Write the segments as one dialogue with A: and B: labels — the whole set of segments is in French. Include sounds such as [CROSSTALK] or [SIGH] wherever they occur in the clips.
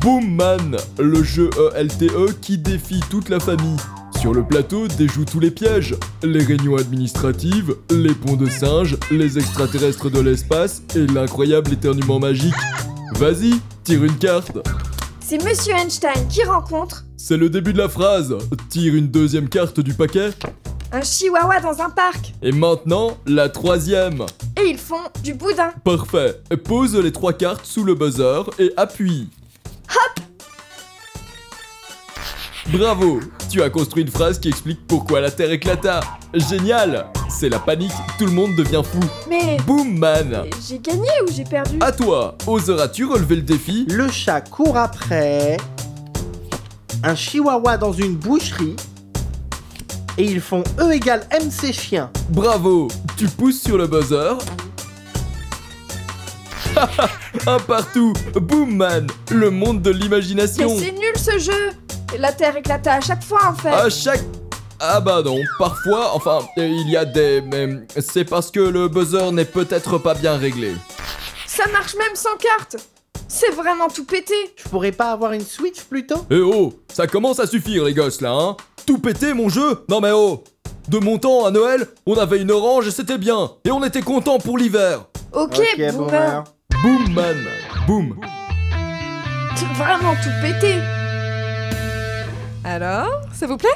A: Boom Man, le jeu E ELTE qui défie toute la famille. Sur le plateau déjoue tous les pièges, les réunions administratives, les ponts de singes, les extraterrestres de l'espace et l'incroyable éternuement magique. Vas-y, tire une carte.
B: C'est Monsieur Einstein qui rencontre
A: C'est le début de la phrase. Tire une deuxième carte du paquet.
B: un chihuahua dans un parc
A: Et maintenant, la troisième.
B: et ils font du boudin.
A: Parfait. Pose les trois cartes sous le buzzer et appuie. Hop Bravo Tu as construit une phrase qui explique pourquoi la Terre éclata. Génial C'est la panique, tout le monde devient fou.
B: Mais
A: Boom man
B: j'ai gagné ou j'ai perdu
A: À toi Oseras-tu relever le défi
C: Le chat court après un chihuahua dans une boucherie et ils font E égale MC chien.
A: Bravo Tu pousses sur le buzzer. [LAUGHS] Un partout Boom man Le monde de
B: Mais
A: l'imagination
B: c'est nul ce jeu La Terre éclata à chaque fois en fait
A: À chaque. Euh, Ah bah non, parfois, enfin, euh, il y a des. mais C'est parce que le buzzer n'est peut-être pas bien réglé.
B: Ça marche même sans carte C'est vraiment tout pété
C: Je pourrais pas avoir une Switch plutôt
A: Eh oh, ça commence à suffire les gosses là, hein Tout péter mon jeu Non mais oh De mon temps à Noël, on avait une orange et c'était bien, et on était content pour l'hiver
B: Ok, boomer.
A: Boom man Boom
B: C'est Vraiment tout pété
D: Alors, ça vous plaît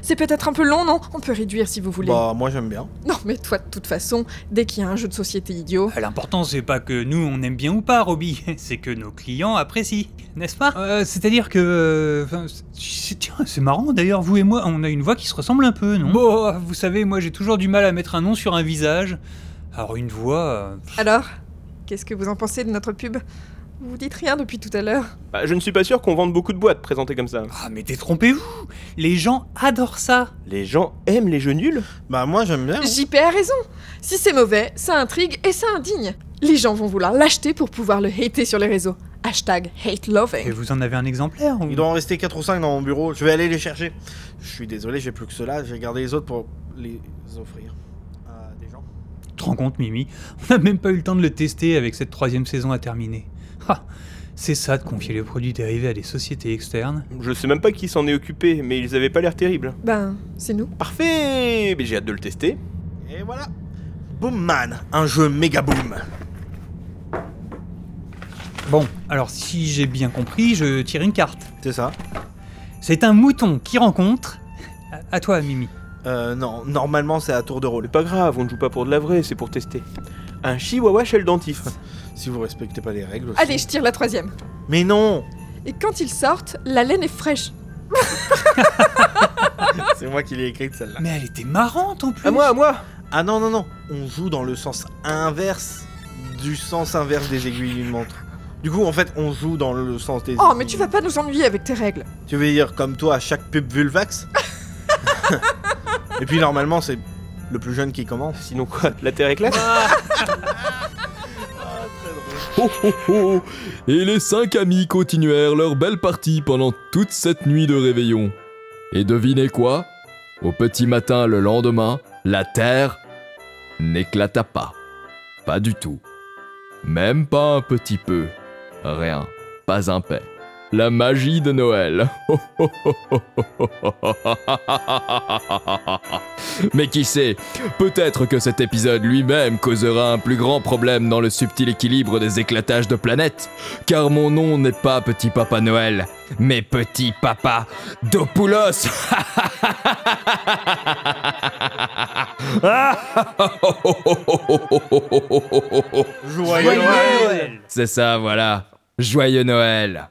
D: C'est peut-être un peu long, non On peut réduire si vous voulez.
C: Bah moi j'aime bien.
D: Non, mais toi, de toute façon, dès qu'il y a un jeu de société idiot,
E: Euh, L'important, c'est pas que nous on aime bien ou pas, Roby, [LAUGHS] c'est que nos clients apprécient, n'est-ce pas Euh, C'est-à-dire que. euh, enfin, c'est- Tiens, c'est marrant d'ailleurs, vous et moi, on a une voix qui se ressemble un peu, non Bon, vous savez, moi j'ai toujours du mal à mettre un nom sur un visage. Alors une voix. euh,
D: alors Qu'est-ce que vous en pensez de notre pub Vous dites rien depuis tout à l'heure.
F: Bah, je ne suis pas sûr qu'on vende beaucoup de boîtes présentées comme ça.
E: Ah, mais détrompez-vous Les gens adorent ça
F: Les gens aiment les jeux nuls
C: Bah moi j'aime bien.
D: JP a raison. Si c'est mauvais, ça intrigue et ça indigne. Les gens vont vouloir l'acheter pour pouvoir le hater sur les réseaux. Hashtag hate
E: Et
D: loving.
E: vous en avez un exemplaire ou-
C: Il doit en rester 4 ou 5 dans mon bureau, je vais aller les chercher. Je suis désolé, j'ai plus que cela, j'ai gardé les autres pour les offrir à des gens.
E: Tu te rends compte, Mimi On n'a même pas eu le temps de le tester avec cette troisième saison à terminer. Ah, c'est ça de confier les produits dérivés à des sociétés externes.
F: Je sais même pas qui s'en est occupé, mais ils avaient pas l'air terribles.
D: Ben, c'est nous.
F: Parfait Mais j'ai hâte de le tester.
C: Et voilà. Boom Man, un jeu méga boom.
E: Bon, alors si j'ai bien compris, je tire une carte.
C: C'est ça
E: C'est un mouton qui rencontre. À- À toi, Mimi.
C: Euh non, normalement c'est à tour de rôle.
F: C'est pas grave, on ne joue pas pour de la vraie, c'est pour tester. Un chihuahua chez le dentif.
C: Si vous respectez pas les règles. aussi.
D: Allez, je tire la troisième.
C: Mais non
D: Et quand ils sortent, la laine est fraîche.
C: C'est moi qui l'ai écrite celle-là.
E: Mais elle était marrante en plus.
F: À moi, à moi
C: Ah non, non, non On joue dans le sens inverse du sens inverse des aiguilles d'une montre. Du coup, en fait, on joue dans le sens des.
D: Oh,
C: aiguilles.
D: mais tu vas pas nous ennuyer avec tes règles.
C: Tu veux dire comme toi à chaque
D: [LAUGHS]
C: pub Vulvax Et puis normalement, c'est le plus jeune qui commence.
F: Sinon quoi La terre éclate Oh oh oh
A: Et les cinq amis continuèrent leur belle partie pendant toute cette nuit de réveillon. Et devinez quoi Au petit matin le lendemain, la Terre n'éclata pas. Pas du tout. Même pas un petit peu. Rien. Pas un paix. La magie de Noël. [LAUGHS] Mais qui sait, peut-être que cet épisode lui-même causera un plus grand problème dans le subtil équilibre des éclatages de planètes car mon nom n'est pas Petit Papa Noël, mais Petit Papa Dopoulos. [LAUGHS]
C: Joyeux
E: Noël
A: C'est ça, voilà. Joyeux Noël.